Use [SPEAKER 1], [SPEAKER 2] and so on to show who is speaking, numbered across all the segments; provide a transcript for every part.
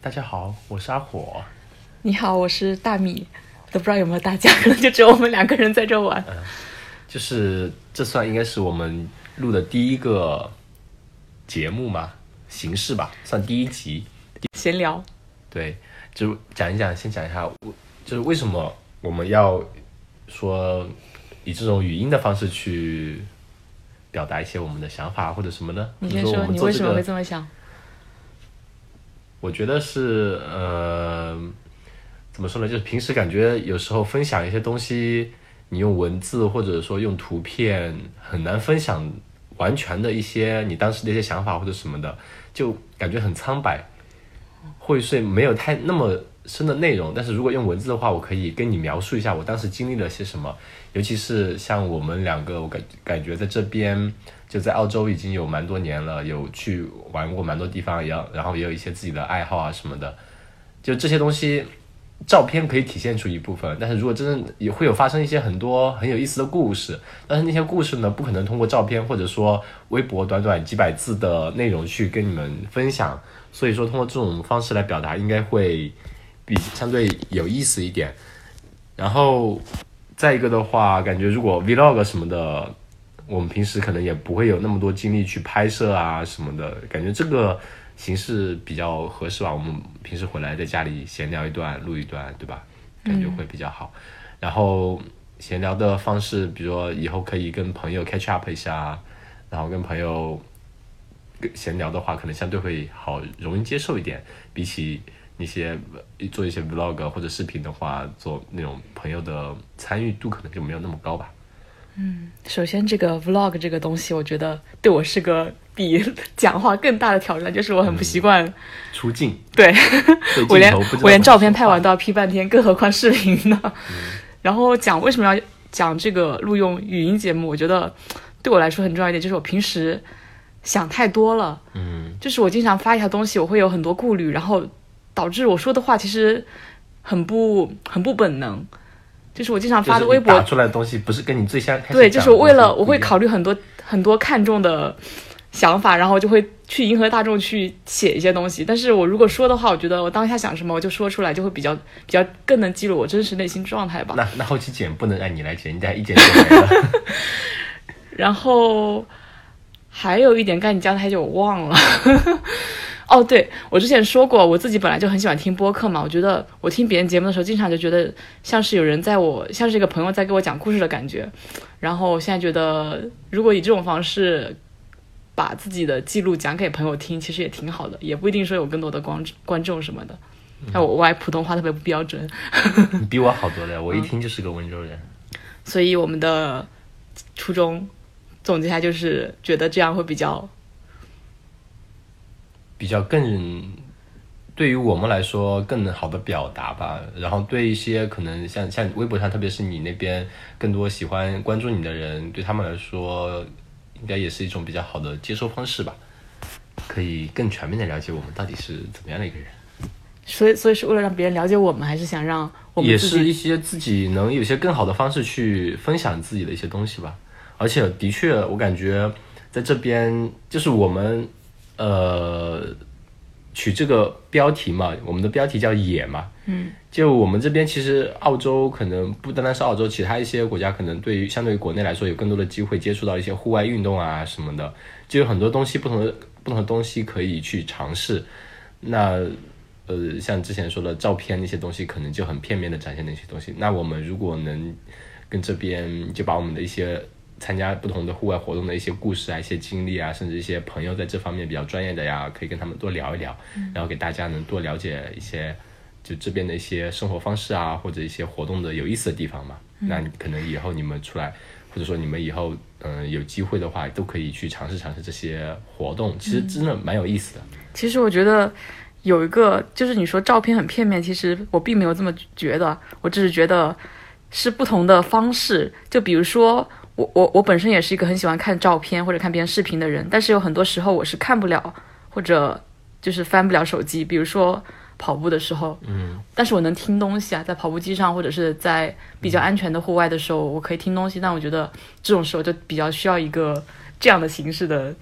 [SPEAKER 1] 大家好，我是阿火。
[SPEAKER 2] 你好，我是大米，都不知道有没有大家， 可能就只有我们两个人在这玩。
[SPEAKER 1] 嗯就是这算应该是我们录的第一个节目嘛，形式吧，算第一集。
[SPEAKER 2] 闲聊，
[SPEAKER 1] 对，就讲一讲，先讲一下，我就是为什么我们要说以这种语音的方式去表达一些我们的想法或者什么呢？
[SPEAKER 2] 你
[SPEAKER 1] 比如
[SPEAKER 2] 先
[SPEAKER 1] 说，
[SPEAKER 2] 说，
[SPEAKER 1] 我们
[SPEAKER 2] 你
[SPEAKER 1] 做
[SPEAKER 2] 为
[SPEAKER 1] 这
[SPEAKER 2] 什么
[SPEAKER 1] 个
[SPEAKER 2] 会这么想？
[SPEAKER 1] 我觉得是呃，怎么说呢？就是平时感觉有时候分享一些东西，你用文字或者说用图片很难分享完全的一些你当时的一些想法或者什么的，就感觉很苍白，会是没有太那么深的内容。但是如果用文字的话，我可以跟你描述一下我当时经历了些什么，尤其是像我们两个，我感感觉在这边。就在澳洲已经有蛮多年了，有去玩过蛮多地方，也要然后也有一些自己的爱好啊什么的，就这些东西，照片可以体现出一部分，但是如果真正也会有发生一些很多很有意思的故事，但是那些故事呢，不可能通过照片或者说微博短短几百字的内容去跟你们分享，所以说通过这种方式来表达，应该会比相对有意思一点。然后再一个的话，感觉如果 vlog 什么的，我们平时可能也不会有那么多精力去拍摄啊什么的，感觉这个形式比较合适吧。我们平时回来在家里闲聊一段，录一段，对吧？感觉会比较好。然后闲聊的方式，比如说以后可以跟朋友 catch up 一下，然后跟朋友跟闲聊的话，可能相对会好容易接受一点，比起那些呃做一些 vlog 或者视频的话，做那种朋友的参与度可能就没有那么高吧。
[SPEAKER 2] 首先，这个 vlog 这个东西，我觉得对我是个比讲话更大的挑战，就是我很不习惯。
[SPEAKER 1] 嗯出镜
[SPEAKER 2] 对，
[SPEAKER 1] 对
[SPEAKER 2] 我
[SPEAKER 1] 镜
[SPEAKER 2] 连
[SPEAKER 1] 头不知道
[SPEAKER 2] 我连照片
[SPEAKER 1] 怎么说嗯
[SPEAKER 2] 拍完都要 P 半天，更何况视频呢？然后讲为什么要讲这个录用语音节目，我觉得对我来说很重要一点，就是我平时想太多了。
[SPEAKER 1] 嗯
[SPEAKER 2] 就是我经常发一条东西，我会有很多顾虑，然后导致我说的话其实很不很不本能。就是我经常发
[SPEAKER 1] 就是
[SPEAKER 2] 的
[SPEAKER 1] 你
[SPEAKER 2] 微博，
[SPEAKER 1] 打出来的东西不是跟你最先开始
[SPEAKER 2] 对，就
[SPEAKER 1] 讲
[SPEAKER 2] 是
[SPEAKER 1] 的
[SPEAKER 2] 为了
[SPEAKER 1] 东西
[SPEAKER 2] 我
[SPEAKER 1] 不一
[SPEAKER 2] 会
[SPEAKER 1] 样
[SPEAKER 2] 考虑很多很多看重的想法，然后就会去迎合大众去写一些东西。但是我如果说的话，我觉得我当下想什么我就说出来，就会比较比较更能记录我真实内心状态吧。
[SPEAKER 1] 那那后期剪不能让你来剪，你得 一剪就没了。
[SPEAKER 2] 然后还有一点，干你加太久我忘了。 哦，对，我之前说过，我自己本来就很喜欢听播客嘛，我觉得我听别人节目的时候，经常就觉得像是有人在我，像是一个朋友在给我讲故事的感觉。然后我现在觉得，如果以这种方式把自己的记录讲给朋友听，其实也挺好的，也不一定说有更多的观观众什么的。但我我还普通话特别不标准，
[SPEAKER 1] 你比我好多了，
[SPEAKER 2] 嗯
[SPEAKER 1] 我一听就是个温州人。
[SPEAKER 2] 所以我们的初衷总结下来就是觉得这样会比较
[SPEAKER 1] 比较更对于我们来说更好的表达吧。然后对一些可能像像微博上，特别是你那边更多喜欢关注你的人，对他们来说，应该也是一种比较好的接收方式吧。可以更全面的了解我们到底是怎么样的一个人，
[SPEAKER 2] 所以，所以是为了让别人了解我们，还是想让我们
[SPEAKER 1] 也
[SPEAKER 2] 自
[SPEAKER 1] 是
[SPEAKER 2] 己
[SPEAKER 1] 一些自己能有一些更好的方式去分享自己的一些东西吧。而且的确，我感觉在这边就是我们呃取这个标题嘛，我们的标题叫野嘛，嗯，就我们这边其实澳洲可能不单单是澳洲，其他一些国家可能对于相对于国内来说有更多的机会接触到一些户外运动啊什么的，就有很多东西不同的不同的东西可以去尝试。那呃，像之前说的照片那些东西，可能就很片面的展现那些东西。那我们如果能跟这边就把我们的一些参加不同的户外活动的一些故事啊、一些经历啊，甚至一些朋友在这方面比较专业的呀，可以跟他们多聊一聊，然后给大家能多了解一些就这边的一些生活方式啊，或者一些活动的有意思的地方嘛。那你可能以后你们出来，或者说你们以后嗯、呃有机会的话，都可以去尝试尝试这些活动，其实真的蛮有意思的。
[SPEAKER 2] 其实我觉得有一个，就是你说照片很片面，其实我并没有这么觉得，我只是觉得是不同的方式。就比如说，我我我本身也是一个很喜欢看照片或者看别人视频的人，但是有很多时候我是看不了或者就是翻不了手机，比如说。跑步的时候，嗯，但是我能听东西啊，在跑步机上或者是在比较安全的户外的时候，我可以听东西。但我觉得这种时候就比较需要一个这样的形式的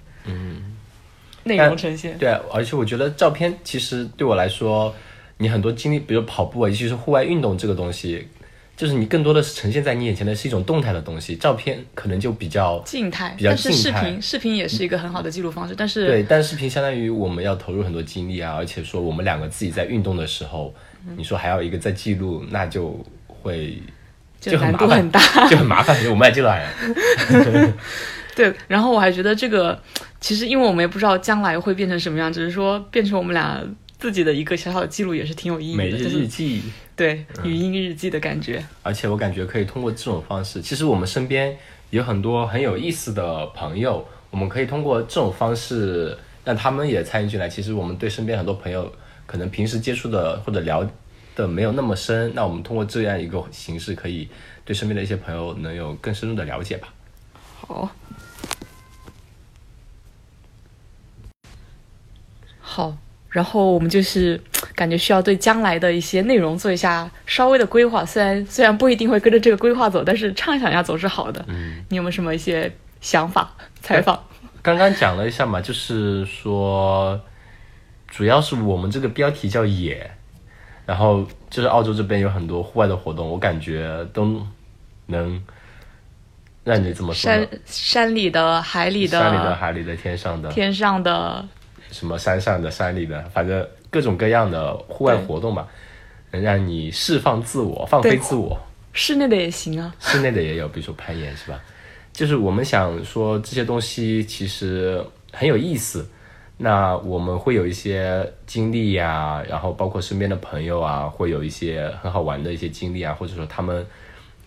[SPEAKER 2] 内容呈现。
[SPEAKER 1] 对，而且我觉得照片其实对我来说，你很多经历，比如跑步啊，尤其是户外运动这个东西，就是你更多的是呈现在你眼前的是一种动态的东西，照片可能就比较
[SPEAKER 2] 静态，
[SPEAKER 1] 比较
[SPEAKER 2] 但是视
[SPEAKER 1] 静态。
[SPEAKER 2] 频视频也是一个很好的记录方式，但是
[SPEAKER 1] 对，但视频相当于我们要投入很多精力啊，而且说我们两个自己在运动的时候，
[SPEAKER 2] 嗯
[SPEAKER 1] 你说还要一个在记录，那就会
[SPEAKER 2] 就
[SPEAKER 1] 很
[SPEAKER 2] 难
[SPEAKER 1] 麻
[SPEAKER 2] 度
[SPEAKER 1] 烦，
[SPEAKER 2] 很大
[SPEAKER 1] 就很麻烦， 我们俩就来，
[SPEAKER 2] 对，然后我还觉得这个，其实因为我们也不知道将来会变成什么样，只是说变成我们俩自己的一个小小的记录也是挺有意义
[SPEAKER 1] 每
[SPEAKER 2] 的，
[SPEAKER 1] 日
[SPEAKER 2] 就
[SPEAKER 1] 日
[SPEAKER 2] 是
[SPEAKER 1] 记。嗯
[SPEAKER 2] 对语音日记的感觉。
[SPEAKER 1] 而且我感觉可以通过这种方式，其实我们身边有很多很有意思的朋友，我们可以通过这种方式让他们也参与进来。其实我们对身边很多朋友，可能平时接触的或者聊的没有那么深，那我们通过这样一个形式，可以对身边的一些朋友能有更深入的了解吧。
[SPEAKER 2] 好，好，然后我们就是感觉需要对将来的一些内容做一下稍微的规划，虽然虽然不一定会跟着这个规划走，但是畅想一下总是好的。嗯，你有没有什么一些想法？采访？
[SPEAKER 1] 刚刚讲了一下嘛，就是说，主要是我们这个标题叫野，然后就是澳洲这边有很多户外的活动，我感觉都能让你怎么说呢
[SPEAKER 2] 山？山里的、海里的、
[SPEAKER 1] 山里的、海里的、天上的，
[SPEAKER 2] 天上的，
[SPEAKER 1] 什么山上的、山里的，反正各种各样的户外活动吧，能让你释放自我、放飞
[SPEAKER 2] 对
[SPEAKER 1] 自我。
[SPEAKER 2] 室内的也行啊。
[SPEAKER 1] 室内的也有，比如说攀岩是吧？就是我们想说这些东西其实很有意思。那我们会有一些经历呀、然后包括身边的朋友啊，会有一些很好玩的一些经历啊，或者说他们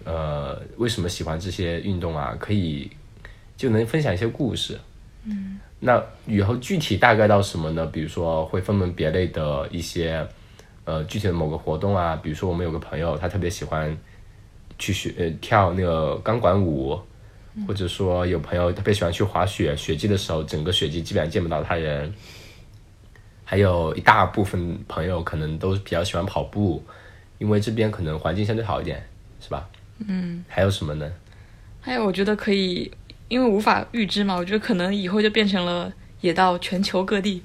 [SPEAKER 1] 呃为什么喜欢这些运动啊，可以就能分享一些故事。嗯，那以后具体大概到什么呢？比如说会分门别类的一些呃具体的某个活动啊，比如说我们有个朋友，他特别喜欢去学呃跳那个钢管舞，或者说有朋友特别喜欢去滑雪，雪季的时候整个雪季基本上见不到他人。还有一大部分朋友可能都比较喜欢跑步，因为这边可能环境相对好一点，是吧？嗯。还有什么呢？
[SPEAKER 2] 还哎有，我觉得可以，因为无法预知嘛，我觉得可能以后就变成了也到全球各地，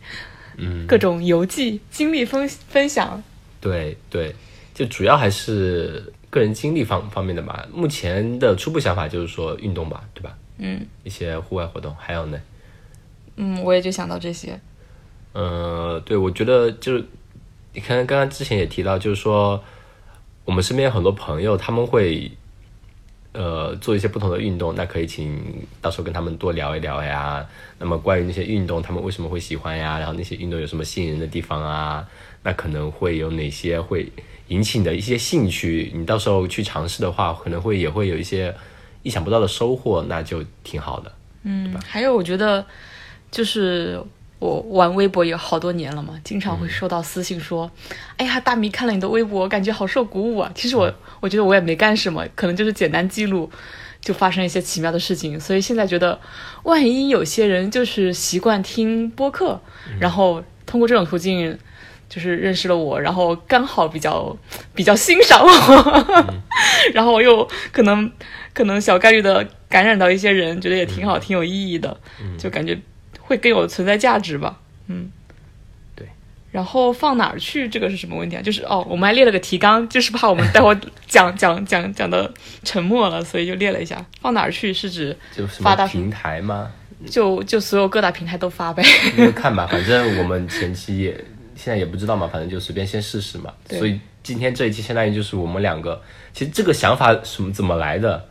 [SPEAKER 2] 嗯，各种游记、经历分分享。
[SPEAKER 1] 对对，就主要还是个人经历方方面的吧。目前的初步想法就是说运动吧，对吧？
[SPEAKER 2] 嗯
[SPEAKER 1] 一些户外活动，还有呢？
[SPEAKER 2] 嗯，我也就想到这些。
[SPEAKER 1] 呃，对，我觉得就是你看，刚刚之前也提到，就是说我们身边有很多朋友他们会呃做一些不同的运动，那可以请到时候跟他们多聊一聊呀。那么关于那些运动，他们为什么会喜欢呀？然后那些运动有什么吸引人的地方啊？那可能会有哪些会引起你的一些兴趣？你到时候去尝试的话，可能会也会有一些意想不到的收获，那就挺好的。
[SPEAKER 2] 嗯，还有，我觉得就是我玩微博有好多年了嘛，经常会收到私信说：“哎呀，大米看了你的微博，感觉好受鼓舞啊。”其实我我觉得我也没干什么，可能就是简单记录，就发生一些奇妙的事情。所以现在觉得，万一有些人就是习惯听播客，然后通过这种途径。就是认识了我，然后刚好比较比较欣赏我， 然后我又可能可能小概率的感染到一些人，觉得也挺好，挺有意义的，就感觉会更有存在价值吧。嗯，
[SPEAKER 1] 对。
[SPEAKER 2] 然后放哪儿去，这个是什么问题啊？就是哦，我们还列了个提纲，就是怕我们待会儿讲 讲讲讲的沉默了，所以就列了一下。放哪儿去是指
[SPEAKER 1] 就什
[SPEAKER 2] 发
[SPEAKER 1] 么
[SPEAKER 2] 大
[SPEAKER 1] 平台吗？
[SPEAKER 2] 就就所有各大平台都发呗。
[SPEAKER 1] 那就看吧， 反正我们前期也现在也不知道嘛，反正就随便先试试嘛。
[SPEAKER 2] 对
[SPEAKER 1] 所以今天这一期相当于就是我们两个，其实这个想法什么怎么来的？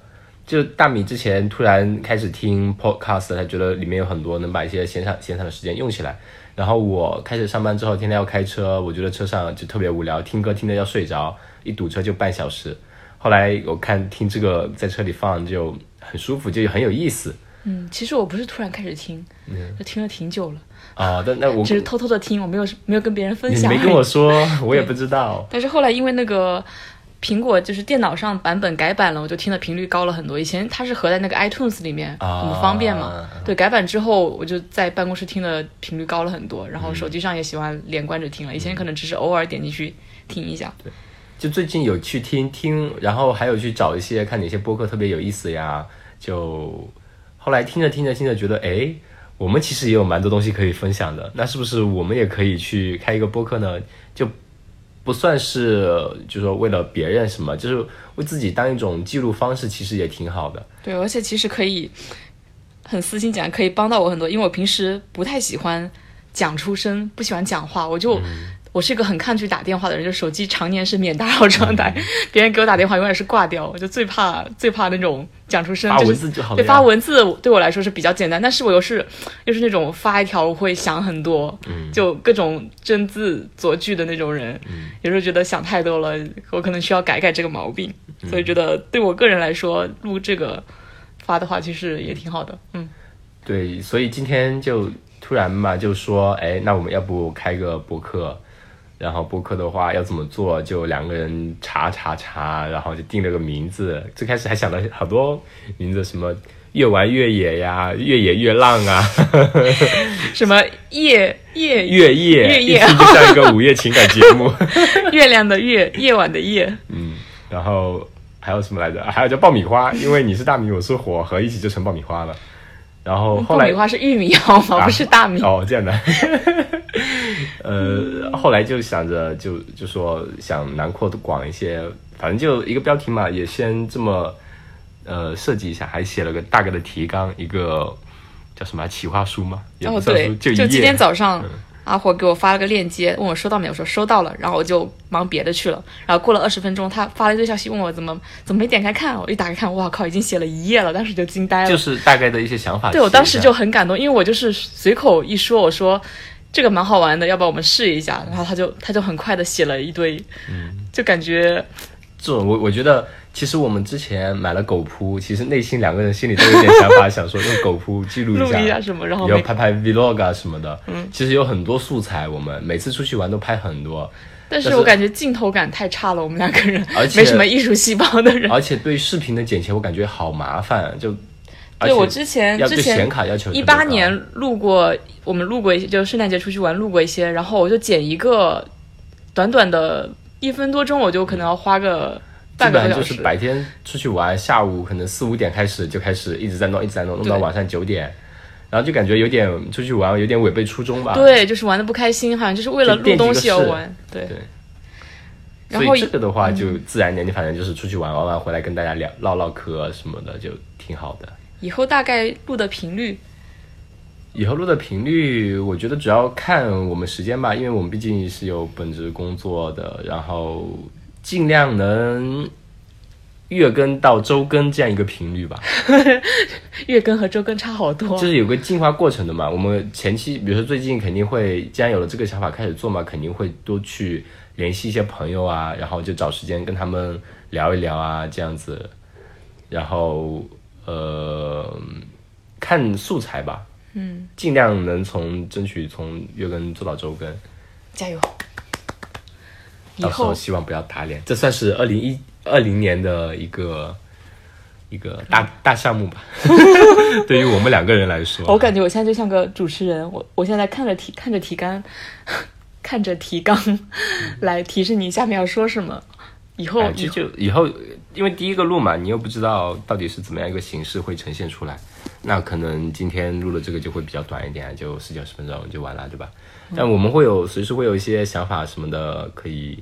[SPEAKER 1] 就大米之前突然开始听 podcast，他觉得里面有很多能把一些闲散闲散的时间用起来。然后我开始上班之后，天天要开车，我觉得车上就特别无聊，听歌听得要睡着，一堵车就半小时。后来我看听这个在车里放就很舒服，就很有意思
[SPEAKER 2] 嗯，其实我不是突然开始听，就听了挺久了，
[SPEAKER 1] 啊、但那我
[SPEAKER 2] 只是偷偷的听，我没有没有跟别人分
[SPEAKER 1] 你
[SPEAKER 2] 享。
[SPEAKER 1] 没跟我说，我也不知道。
[SPEAKER 2] 但是后来因为那个苹果就是电脑上版本改版了，我就听的频率高了很多。以前它是合在那个 iTunes 里面，
[SPEAKER 1] 啊
[SPEAKER 2] 很方便嘛。对，改版之后我就在办公室听的频率高了很多，然后手机上也喜欢连贯着听了。以前可能只是偶尔点进去听一下。
[SPEAKER 1] 就最近有去听听，然后还有去找一些看哪些播客特别有意思呀。就后来听着听着听着觉得，哎，我们其实也有蛮多东西可以分享的，那是不是我们也可以去开一个播客呢？就不算是就是说为了别人什么，就是为自己当一种记录方式，其实也挺好的。
[SPEAKER 2] 对，而且其实可以很私心讲，可以帮到我很多，因为我平时不太喜欢讲出声，不喜欢讲话，我就。
[SPEAKER 1] 嗯
[SPEAKER 2] 我是一个很抗拒打电话的人，就手机常年是免打扰
[SPEAKER 1] 嗯
[SPEAKER 2] 状态，别人给我打电话永远是挂掉，我就最怕最怕那种讲出声，
[SPEAKER 1] 发
[SPEAKER 2] 就是
[SPEAKER 1] 文字就好了
[SPEAKER 2] 对，
[SPEAKER 1] 呀
[SPEAKER 2] 发文字对我来说是比较简单，但是我又是又是那种发一条我会想很多，
[SPEAKER 1] 嗯
[SPEAKER 2] 就各种斟字酌句的那种人，有时候觉得想太多了，我可能需要改改这个毛病，
[SPEAKER 1] 嗯
[SPEAKER 2] 所以觉得对我个人来说录这个发的话，其实也挺好的，嗯，
[SPEAKER 1] 对，所以今天就突然嘛，就说，哎，那我们要不开个博客？然后博客的话要怎么做？就两个人查查查，然后就定了个名字。最开始还想了好多名字，什么越玩越野呀，越野越浪啊，
[SPEAKER 2] 什么夜夜
[SPEAKER 1] 越夜，
[SPEAKER 2] 越野
[SPEAKER 1] 一听就像一个午夜情感节目。
[SPEAKER 2] 月亮的月夜晚的夜。
[SPEAKER 1] 嗯，然后还有什么来着？还有叫爆米花，因为你是大米，我是火，合一起就成爆米花了。然后后
[SPEAKER 2] 爆
[SPEAKER 1] 来
[SPEAKER 2] 米花是玉米好吗？
[SPEAKER 1] 啊
[SPEAKER 2] 不是大 米。
[SPEAKER 1] 哦，这样的。呃，后来就想着就就说想囊括广一些，反正就一个标题嘛，也先这么呃设计一下，还写了个大概的提纲，一个叫什么啊企划书嘛，也
[SPEAKER 2] 哦，
[SPEAKER 1] 不算书，
[SPEAKER 2] 对，就
[SPEAKER 1] 一嗯
[SPEAKER 2] 今
[SPEAKER 1] 页
[SPEAKER 2] 天。早上，阿火给我发了个链接，问我收到没有，我说收到了，然后我就忙别的去了。然后过了二十分钟，他发了一堆消息问我怎么怎么没点开看，我一打开看，哇靠，已经写了一页了，当时就惊呆了。
[SPEAKER 1] 就是大概的一些想法写一下。
[SPEAKER 2] 对我当时就很感动，因为我就是随口一说，我说这个蛮好玩的，要不要我们试一下？然后他就他就很快的写了一堆，
[SPEAKER 1] 嗯
[SPEAKER 2] 就感觉
[SPEAKER 1] 这种，我我觉得其实我们之前买了狗扑，其实内心两个人心里都有点想法，想说用狗扑记录
[SPEAKER 2] 录
[SPEAKER 1] 一下，
[SPEAKER 2] 一下什么，然后
[SPEAKER 1] 要
[SPEAKER 2] 没
[SPEAKER 1] 拍拍 vlog 啊什么的。嗯，其实有很多素材，我们每次出去玩都拍很多，
[SPEAKER 2] 但
[SPEAKER 1] 但
[SPEAKER 2] 是
[SPEAKER 1] 是
[SPEAKER 2] 我感觉镜头感太差了，我们两个人
[SPEAKER 1] 而且
[SPEAKER 2] 没什么艺术细胞的人。
[SPEAKER 1] 而且对视频的剪切我感觉好麻烦，就而
[SPEAKER 2] 对
[SPEAKER 1] 且
[SPEAKER 2] 我之前
[SPEAKER 1] 要
[SPEAKER 2] 之
[SPEAKER 1] 对
[SPEAKER 2] 前
[SPEAKER 1] 显卡要求特啊
[SPEAKER 2] 一
[SPEAKER 1] 别高
[SPEAKER 2] 八年录过，我们录过一些，就圣诞节出去玩录过一些，然后我就剪一个短短的一分多钟，我就可能要花个
[SPEAKER 1] 基
[SPEAKER 2] 半
[SPEAKER 1] 本
[SPEAKER 2] 个多
[SPEAKER 1] 上就
[SPEAKER 2] 小
[SPEAKER 1] 是
[SPEAKER 2] 时。
[SPEAKER 1] 白天出去玩，下午可能四五点开始就开始一直在弄，一直在弄，弄到
[SPEAKER 2] 对
[SPEAKER 1] 晚上九点，然后就感觉有点出去玩有点违背初衷吧。
[SPEAKER 2] 对，就是玩的不开心，好像就是为了
[SPEAKER 1] 就
[SPEAKER 2] 录
[SPEAKER 1] 惦记
[SPEAKER 2] 东
[SPEAKER 1] 个
[SPEAKER 2] 西而
[SPEAKER 1] 事
[SPEAKER 2] 玩。对，
[SPEAKER 1] 对
[SPEAKER 2] 然后嗯
[SPEAKER 1] 所以这个的话就自然点，你反正就是出去玩玩完回来跟大家聊唠唠嗑什么的，就挺好的。
[SPEAKER 2] 以后大概录的频率，
[SPEAKER 1] 以后录的频率，我觉得主要看我们时间吧，因为我们毕竟是有本职工作的，然后尽量能月更到周更这样一个频率吧，
[SPEAKER 2] 月更和周更差好多
[SPEAKER 1] 就。是有个进化过程的嘛。我们前期，比如说最近肯定会，既然有了这个想法开始做嘛，肯定会多去联系一些朋友啊，然后就找时间跟他们聊一聊啊，这样子，然后呃，看素材吧，嗯，尽量能从争取从月更做到周更，
[SPEAKER 2] 加油！以
[SPEAKER 1] 到时候
[SPEAKER 2] 后
[SPEAKER 1] 希望不要打脸，这算是二零一二零年的一个一个大大项目吧，对于我们两个人来说，
[SPEAKER 2] 我感觉我现在就像个主持人，我我现在看着提看着提纲， 看着提纲
[SPEAKER 1] 嗯
[SPEAKER 2] 来提示你下面要说什么。哦以后
[SPEAKER 1] 哎
[SPEAKER 2] 你
[SPEAKER 1] 就
[SPEAKER 2] 就
[SPEAKER 1] 以后，因为第一个录嘛，你又不知道到底是怎么样一个形式会呈现出来，那可能今天录的这个就会比较短一点，啊就十九十分钟就完了，对吧？但我们会有随时会有一些想法什么的可以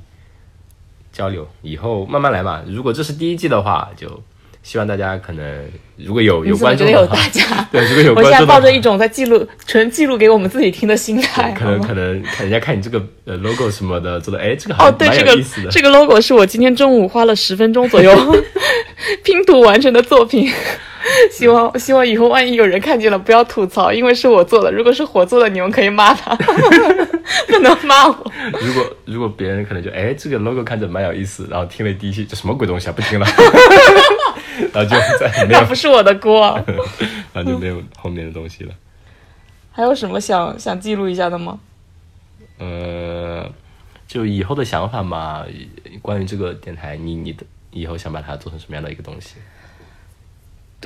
[SPEAKER 1] 交流，以后慢慢来嘛。如果这是第一季的话，就希望大家可能如果有
[SPEAKER 2] 你
[SPEAKER 1] 有
[SPEAKER 2] 怎么
[SPEAKER 1] 观
[SPEAKER 2] 觉
[SPEAKER 1] 众
[SPEAKER 2] 得有
[SPEAKER 1] 的话，
[SPEAKER 2] 大家？
[SPEAKER 1] 对，如果 有
[SPEAKER 2] 我现
[SPEAKER 1] 观
[SPEAKER 2] 在
[SPEAKER 1] 众的
[SPEAKER 2] 抱着一
[SPEAKER 1] 话。
[SPEAKER 2] 种在记录、纯记录给我们自己听的心态，
[SPEAKER 1] 可
[SPEAKER 2] 好
[SPEAKER 1] 能
[SPEAKER 2] 吗？
[SPEAKER 1] 可能看人家看你这个呃 logo 什么的，做的哎这个好
[SPEAKER 2] 哦，
[SPEAKER 1] 像
[SPEAKER 2] 对，
[SPEAKER 1] 蛮
[SPEAKER 2] 这
[SPEAKER 1] 有意思
[SPEAKER 2] 个
[SPEAKER 1] 的，
[SPEAKER 2] 这个 logo 是我今天中午花了十分钟左右 拼图完成的作 品。希望希望以后万一有人看见了，不要吐槽，因为是我做的。如果是火做的，你们可以骂他， 不能骂我。
[SPEAKER 1] 如果如果别人可能就哎这个 logo 看着蛮有意思，然后听了第一期这什么鬼东西啊不 听了，然后就再没有哎
[SPEAKER 2] 那不是我的锅。
[SPEAKER 1] 然后就没有后面的东西了。
[SPEAKER 2] 还有什么想想记录一下的吗？
[SPEAKER 1] 呃，就以后的想法嘛，关于这个电台，你你的以后想把它做成什么样的一个东西？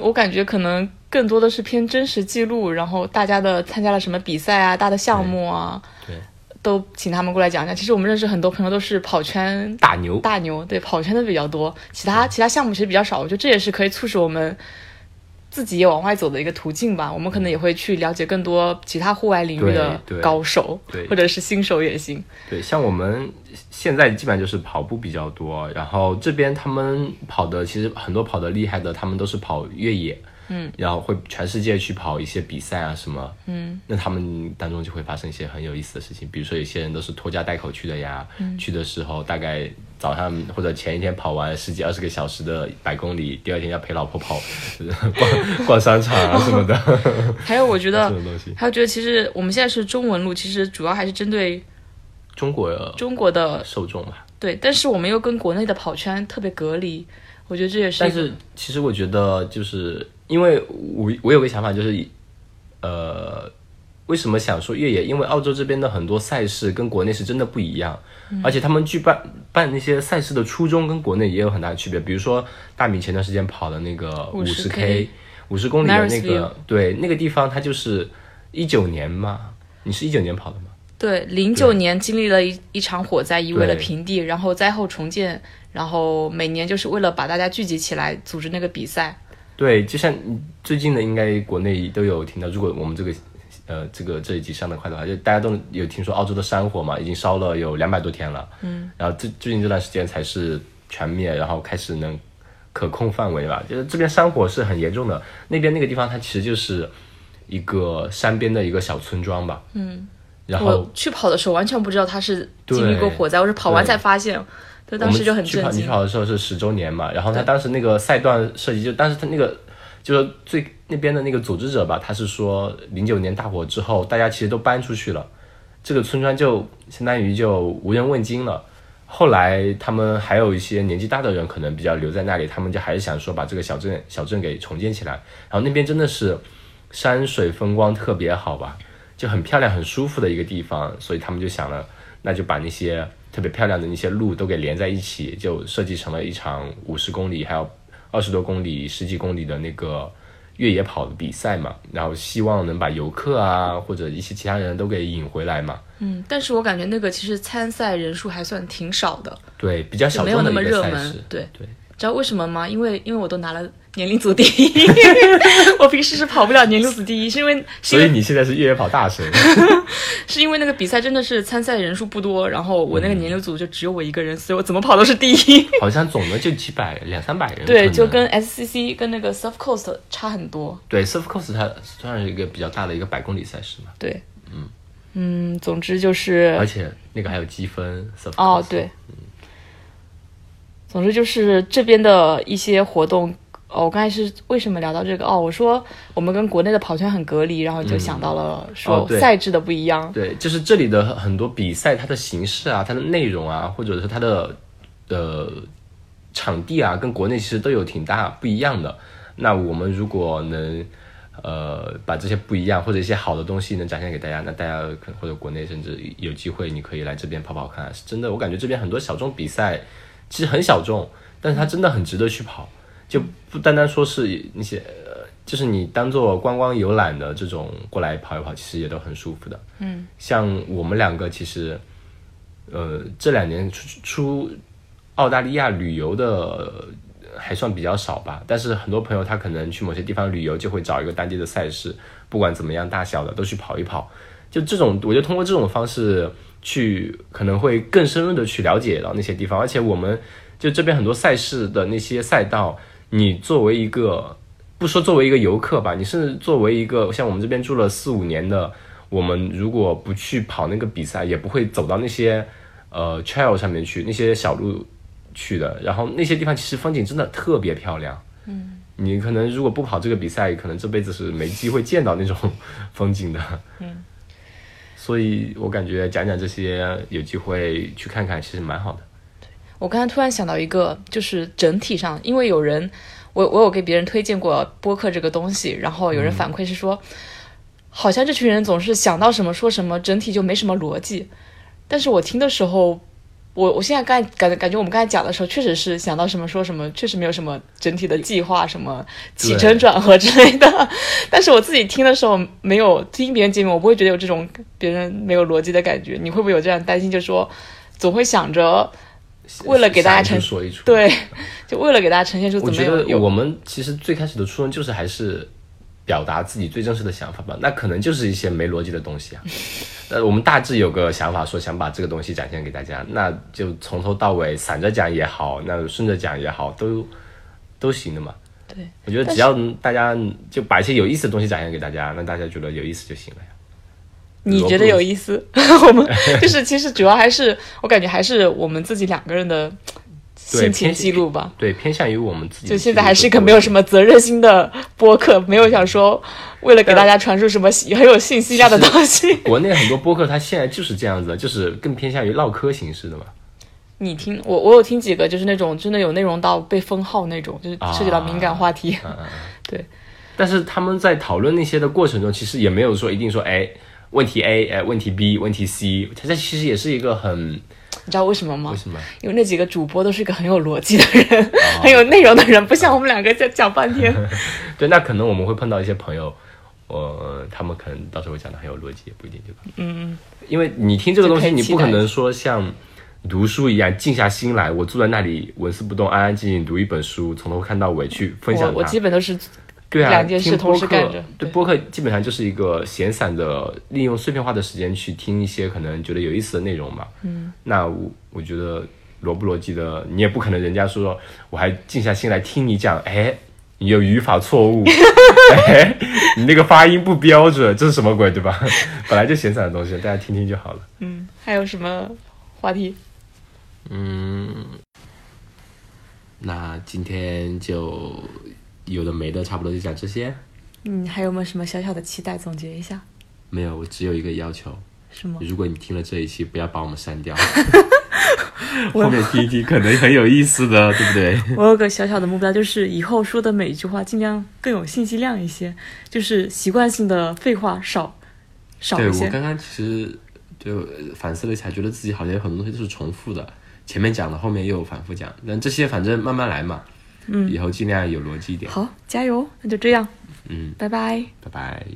[SPEAKER 2] 我感觉可能更多的是偏真实记录，然后大家的参加了什么比赛啊、大的项目啊，
[SPEAKER 1] 对，
[SPEAKER 2] 都请他们过来讲讲。其实我们认识很多朋友都是跑圈
[SPEAKER 1] 大牛
[SPEAKER 2] 大牛，对跑圈的比较多，其他其他项目其实比较少。我觉得这也是可以促使我们自己也往外走的一个途径吧。我们可能也会去了解更多其他户外领域的
[SPEAKER 1] 对对
[SPEAKER 2] 高手，
[SPEAKER 1] 对
[SPEAKER 2] 或者是新手也行。
[SPEAKER 1] 对，像我们现在基本上就是跑步比较多，然后这边他们跑的其实很多跑的厉害的，他们都是跑越野，嗯，然后会全世界去跑一些比赛啊什么，嗯，那他们当中就会发生一些很有意思的事情，比如说有些人都是拖家带口去的呀，去的时候大概早上或者前一天跑完十几二十个小时的百公里，第二天要陪老婆跑 逛逛商场啊什么 的，
[SPEAKER 2] 还有我觉
[SPEAKER 1] 这
[SPEAKER 2] 得，
[SPEAKER 1] 种东西。
[SPEAKER 2] 还有觉得其实我们现在是中文路，其实主要还是针对
[SPEAKER 1] 中国
[SPEAKER 2] 中国的
[SPEAKER 1] 受众嘛，
[SPEAKER 2] 对，但是我们又跟国内的跑圈特别隔离，我觉得这也是
[SPEAKER 1] 但
[SPEAKER 2] 一个
[SPEAKER 1] 是其实我觉得，就是因为我我有个想法，就是呃，为什么想说越野？因为澳洲这边的很多赛事跟国内是真的不一样，而且他们举办办那些赛事的初衷跟国内也有很大的区别。比如说大米前段时间跑的那个五十 K，五十公里的那
[SPEAKER 2] Marysville
[SPEAKER 1] 个，对那个地方，它就是一九年嘛，你是一九年跑的吗？
[SPEAKER 2] 对，零九年经历了一一场火灾，夷为了
[SPEAKER 1] 对
[SPEAKER 2] 平地，然后灾后重建，然后每年就是为了把大家聚集起来组织那个比赛。
[SPEAKER 1] 对，就像最近的，应该国内都有听到。如果我们这个呃这个这一集上的快的话，就大家都有听说澳洲的山火嘛，已经烧了有两百多天了。嗯，然后最最近这段时间才是全灭，然后开始能可控范围吧。就是这边山火是很严重的，那边那个地方它其实就是一个山边的一个小村庄吧。嗯，然后
[SPEAKER 2] 我去跑的时候完全不知道他是经历过火灾，我是跑完才发现，
[SPEAKER 1] 我
[SPEAKER 2] 对，当
[SPEAKER 1] 们
[SPEAKER 2] 时就很
[SPEAKER 1] 去
[SPEAKER 2] 震
[SPEAKER 1] 跑你
[SPEAKER 2] 惊。
[SPEAKER 1] 跑的时候是十周年嘛，然后他当时那个赛段设计就，当时他那个就是最那边的那个组织者吧，他是说零九年大火之后，大家其实都搬出去了，这个村庄就相当于就无人问津了。后来他们还有一些年纪大的人可能比较留在那里，他们就还是想说把这个小镇小镇给重建起来。然后那边真的是山水风光特别好吧，就很漂亮、很舒服的一个地方，所以他们就想了，那就把那些特别漂亮的那些路都给连在一起，就设计成了一场五十公里，还有二十多公里、十几公里的那个越野跑的比赛嘛，然后希望能把游客啊或者一些其他人都给引回来嘛。
[SPEAKER 2] 嗯，但是我感觉那个其实参赛人数还算挺少的，
[SPEAKER 1] 对，比较
[SPEAKER 2] 就
[SPEAKER 1] 小
[SPEAKER 2] 没有
[SPEAKER 1] 众
[SPEAKER 2] 那
[SPEAKER 1] 的
[SPEAKER 2] 么
[SPEAKER 1] 一个
[SPEAKER 2] 热
[SPEAKER 1] 赛
[SPEAKER 2] 门
[SPEAKER 1] 事。。
[SPEAKER 2] 对，
[SPEAKER 1] 对，
[SPEAKER 2] 知道为什么吗？因为因为我都拿了年龄组第一， 我平时是跑不了年龄组第一，是因为是
[SPEAKER 1] 所
[SPEAKER 2] 因为
[SPEAKER 1] 以你现在是越野跑大神。
[SPEAKER 2] 是因为那个比赛真的是参赛人数不多，然后我那个年龄组就只有我一个人，所以我怎么跑都是第一。
[SPEAKER 1] 好像总的就几百、两三百人可能。
[SPEAKER 2] 对，就跟 SCC 跟那个 Surf Coast 差很多。
[SPEAKER 1] 对 Surf Coast 它算是一个比较大的一个百公里赛事嘛，
[SPEAKER 2] 对，嗯总之就是
[SPEAKER 1] 而且那个还有积分。Surf
[SPEAKER 2] 哦
[SPEAKER 1] Coast
[SPEAKER 2] 对，总之就是这边的一些活动。哦，我刚才是为什么聊到这个？哦，我说我们跟国内的跑圈很隔离，然后就想到了
[SPEAKER 1] 哦
[SPEAKER 2] 说
[SPEAKER 1] 对
[SPEAKER 2] 赛制的不一样。
[SPEAKER 1] 对，就是这里的很多比赛，它的形式啊，它的内容啊，或者是它的呃场地啊，跟国内其实都有挺大不一样的。那我们如果能呃把这些不一样或者一些好的东西能展现给大家，那大家可能或者国内甚至有机会，你可以来这边跑跑看。是真的，我感觉这边很多小众比赛其实很小众，但是它真的很值得去跑，就不单单说是那些。呃就是你当做观光游览的这种过来跑一跑，其实也都很舒服的。像我们两个其实，呃，这两年出出澳大利亚旅游的呃还算比较少吧，但是很多朋友他可能去某些地方旅游，就会找一个当地的赛事，不管怎么样大小的都去跑一跑。就这种，我就通过这种方式去，可能会更深入的去了解到那些地方，而且我们就这边很多赛事的那些赛道，你作为一个不说作为一个游客吧，你甚至作为一个像我们这边住了四五年的，我们如果不去跑那个比赛，也不会走到那些呃 trail 上面去，那些小路去的。然后那些地方其实风景真的特别漂亮。嗯，你可能如果不跑这个比赛，可能这辈子是没机会见到那种 风景的。嗯，所以我感觉讲讲这些，有机会去看看，其实蛮好的。
[SPEAKER 2] 我刚才突然想到一个，就是整体上，因为有人，我我有给别人推荐过播客这个东西，然后有人反馈是说，好像这群人总是想到什么说什么，整体就没什么逻辑。但是我听的时候，我我现在刚才感感觉我们刚才讲的时候，确实是想到什么说什么，确实没有什么整体的计划，什么起承转合之类的。 但是我自己听的时候，没有听别人节目，我不会觉得有这种别人没有逻辑的感觉。你会不会有这样担心？就说总会想着为了给大家呈
[SPEAKER 1] 想一出说一出，
[SPEAKER 2] 对，就为了给大家呈现出
[SPEAKER 1] 我
[SPEAKER 2] 怎么
[SPEAKER 1] 觉
[SPEAKER 2] 样
[SPEAKER 1] 得
[SPEAKER 2] 有
[SPEAKER 1] 我们其实最开始的初衷就是还是表达自己最真实的想法吧，那可能就是一些没逻辑的东西啊。 那我们大致有个想法，说想把这个东西展现给大家，那就从头到尾散着讲也好，那顺着讲也好，都都行的嘛。
[SPEAKER 2] 对，
[SPEAKER 1] 我觉得只要大家就把一些有意思的东西展现给大家，让大家觉得有意思就行了呀。
[SPEAKER 2] 你觉得有意思？ 我 们就是其实主要还是我感觉还是我们自己两个人的
[SPEAKER 1] 对
[SPEAKER 2] 心情
[SPEAKER 1] 偏
[SPEAKER 2] 记录吧。
[SPEAKER 1] 对，偏向于我们自己。
[SPEAKER 2] 就现在还是一个没有什么责任心的播客，没有想说为了
[SPEAKER 1] 嗯
[SPEAKER 2] 给大家传输什么喜很有信息量的东西。
[SPEAKER 1] 国内很多播客，它现在就是这样子的，就是更偏向于唠嗑形式的嘛。
[SPEAKER 2] 你听我，我有听几个，就是那种真的有内容到被封号那种，就是涉及到敏
[SPEAKER 1] 啊
[SPEAKER 2] 感话题。
[SPEAKER 1] 嗯
[SPEAKER 2] 对，
[SPEAKER 1] 但是他们在讨论那些的过程中，其实也没有说一定说，哎，问题 A，哎，问题 B，问题 C，它这其实也是一个很
[SPEAKER 2] 你知道为什么吗
[SPEAKER 1] 为？什么？
[SPEAKER 2] 因为那几个主播都是一个很有逻辑的人，
[SPEAKER 1] 哦
[SPEAKER 2] 很有内容的人，
[SPEAKER 1] 嗯
[SPEAKER 2] 不像我们两个在讲半 天。
[SPEAKER 1] 对，那可能我们会碰到一些朋友，我、呃他们可能到时候讲的很有逻辑，也不一定，对吧？嗯，因为你听这个东西，
[SPEAKER 2] 就可以
[SPEAKER 1] 你
[SPEAKER 2] 期
[SPEAKER 1] 不
[SPEAKER 2] 待
[SPEAKER 1] 可能说像读书一样静下心来，我坐在那里纹丝不动，安安静静读一本书，从头看到尾去分
[SPEAKER 2] 我
[SPEAKER 1] 享
[SPEAKER 2] 我
[SPEAKER 1] 它
[SPEAKER 2] 基。本都是
[SPEAKER 1] 对啊，
[SPEAKER 2] 两件事
[SPEAKER 1] 听播
[SPEAKER 2] 同时
[SPEAKER 1] 客
[SPEAKER 2] 干着
[SPEAKER 1] 对
[SPEAKER 2] 对
[SPEAKER 1] 播客基本上就是一个闲散的，利用碎片化的时间去听一些可能觉得有意思的内容嘛。嗯，那我我觉得逻不逻辑的，你也不可能人家说我还静下心来听你讲，哎，你有语法错 误，哎，你那个发音不标准，这是什么鬼，对吧？ 本来就闲散的东西，大家听听就好了。
[SPEAKER 2] 嗯，还有什么话题？
[SPEAKER 1] 嗯那今天就有的没的，差不多就讲这些。
[SPEAKER 2] 嗯，还有没有什么小小的期待？总结一下，
[SPEAKER 1] 没有，我只有一个要求，
[SPEAKER 2] 是吗？
[SPEAKER 1] 如果你听了这一期，不要把我们删掉，后面听一听可能很有意思的，对不对？
[SPEAKER 2] 我有个小小的目标，就是以后说的每一句话尽量更有信息量一些，就是习惯性的废话少少
[SPEAKER 1] 对
[SPEAKER 2] 一
[SPEAKER 1] 我
[SPEAKER 2] 些。
[SPEAKER 1] 刚刚其实就反思了一下，觉得自己好像有很多东西都是重复的，前面讲的，后面又反复讲，但这些反正慢慢来嘛，嗯，以后尽量有逻辑一点，
[SPEAKER 2] 好，加油！那就这样，
[SPEAKER 1] 嗯，
[SPEAKER 2] 拜拜。
[SPEAKER 1] 拜拜。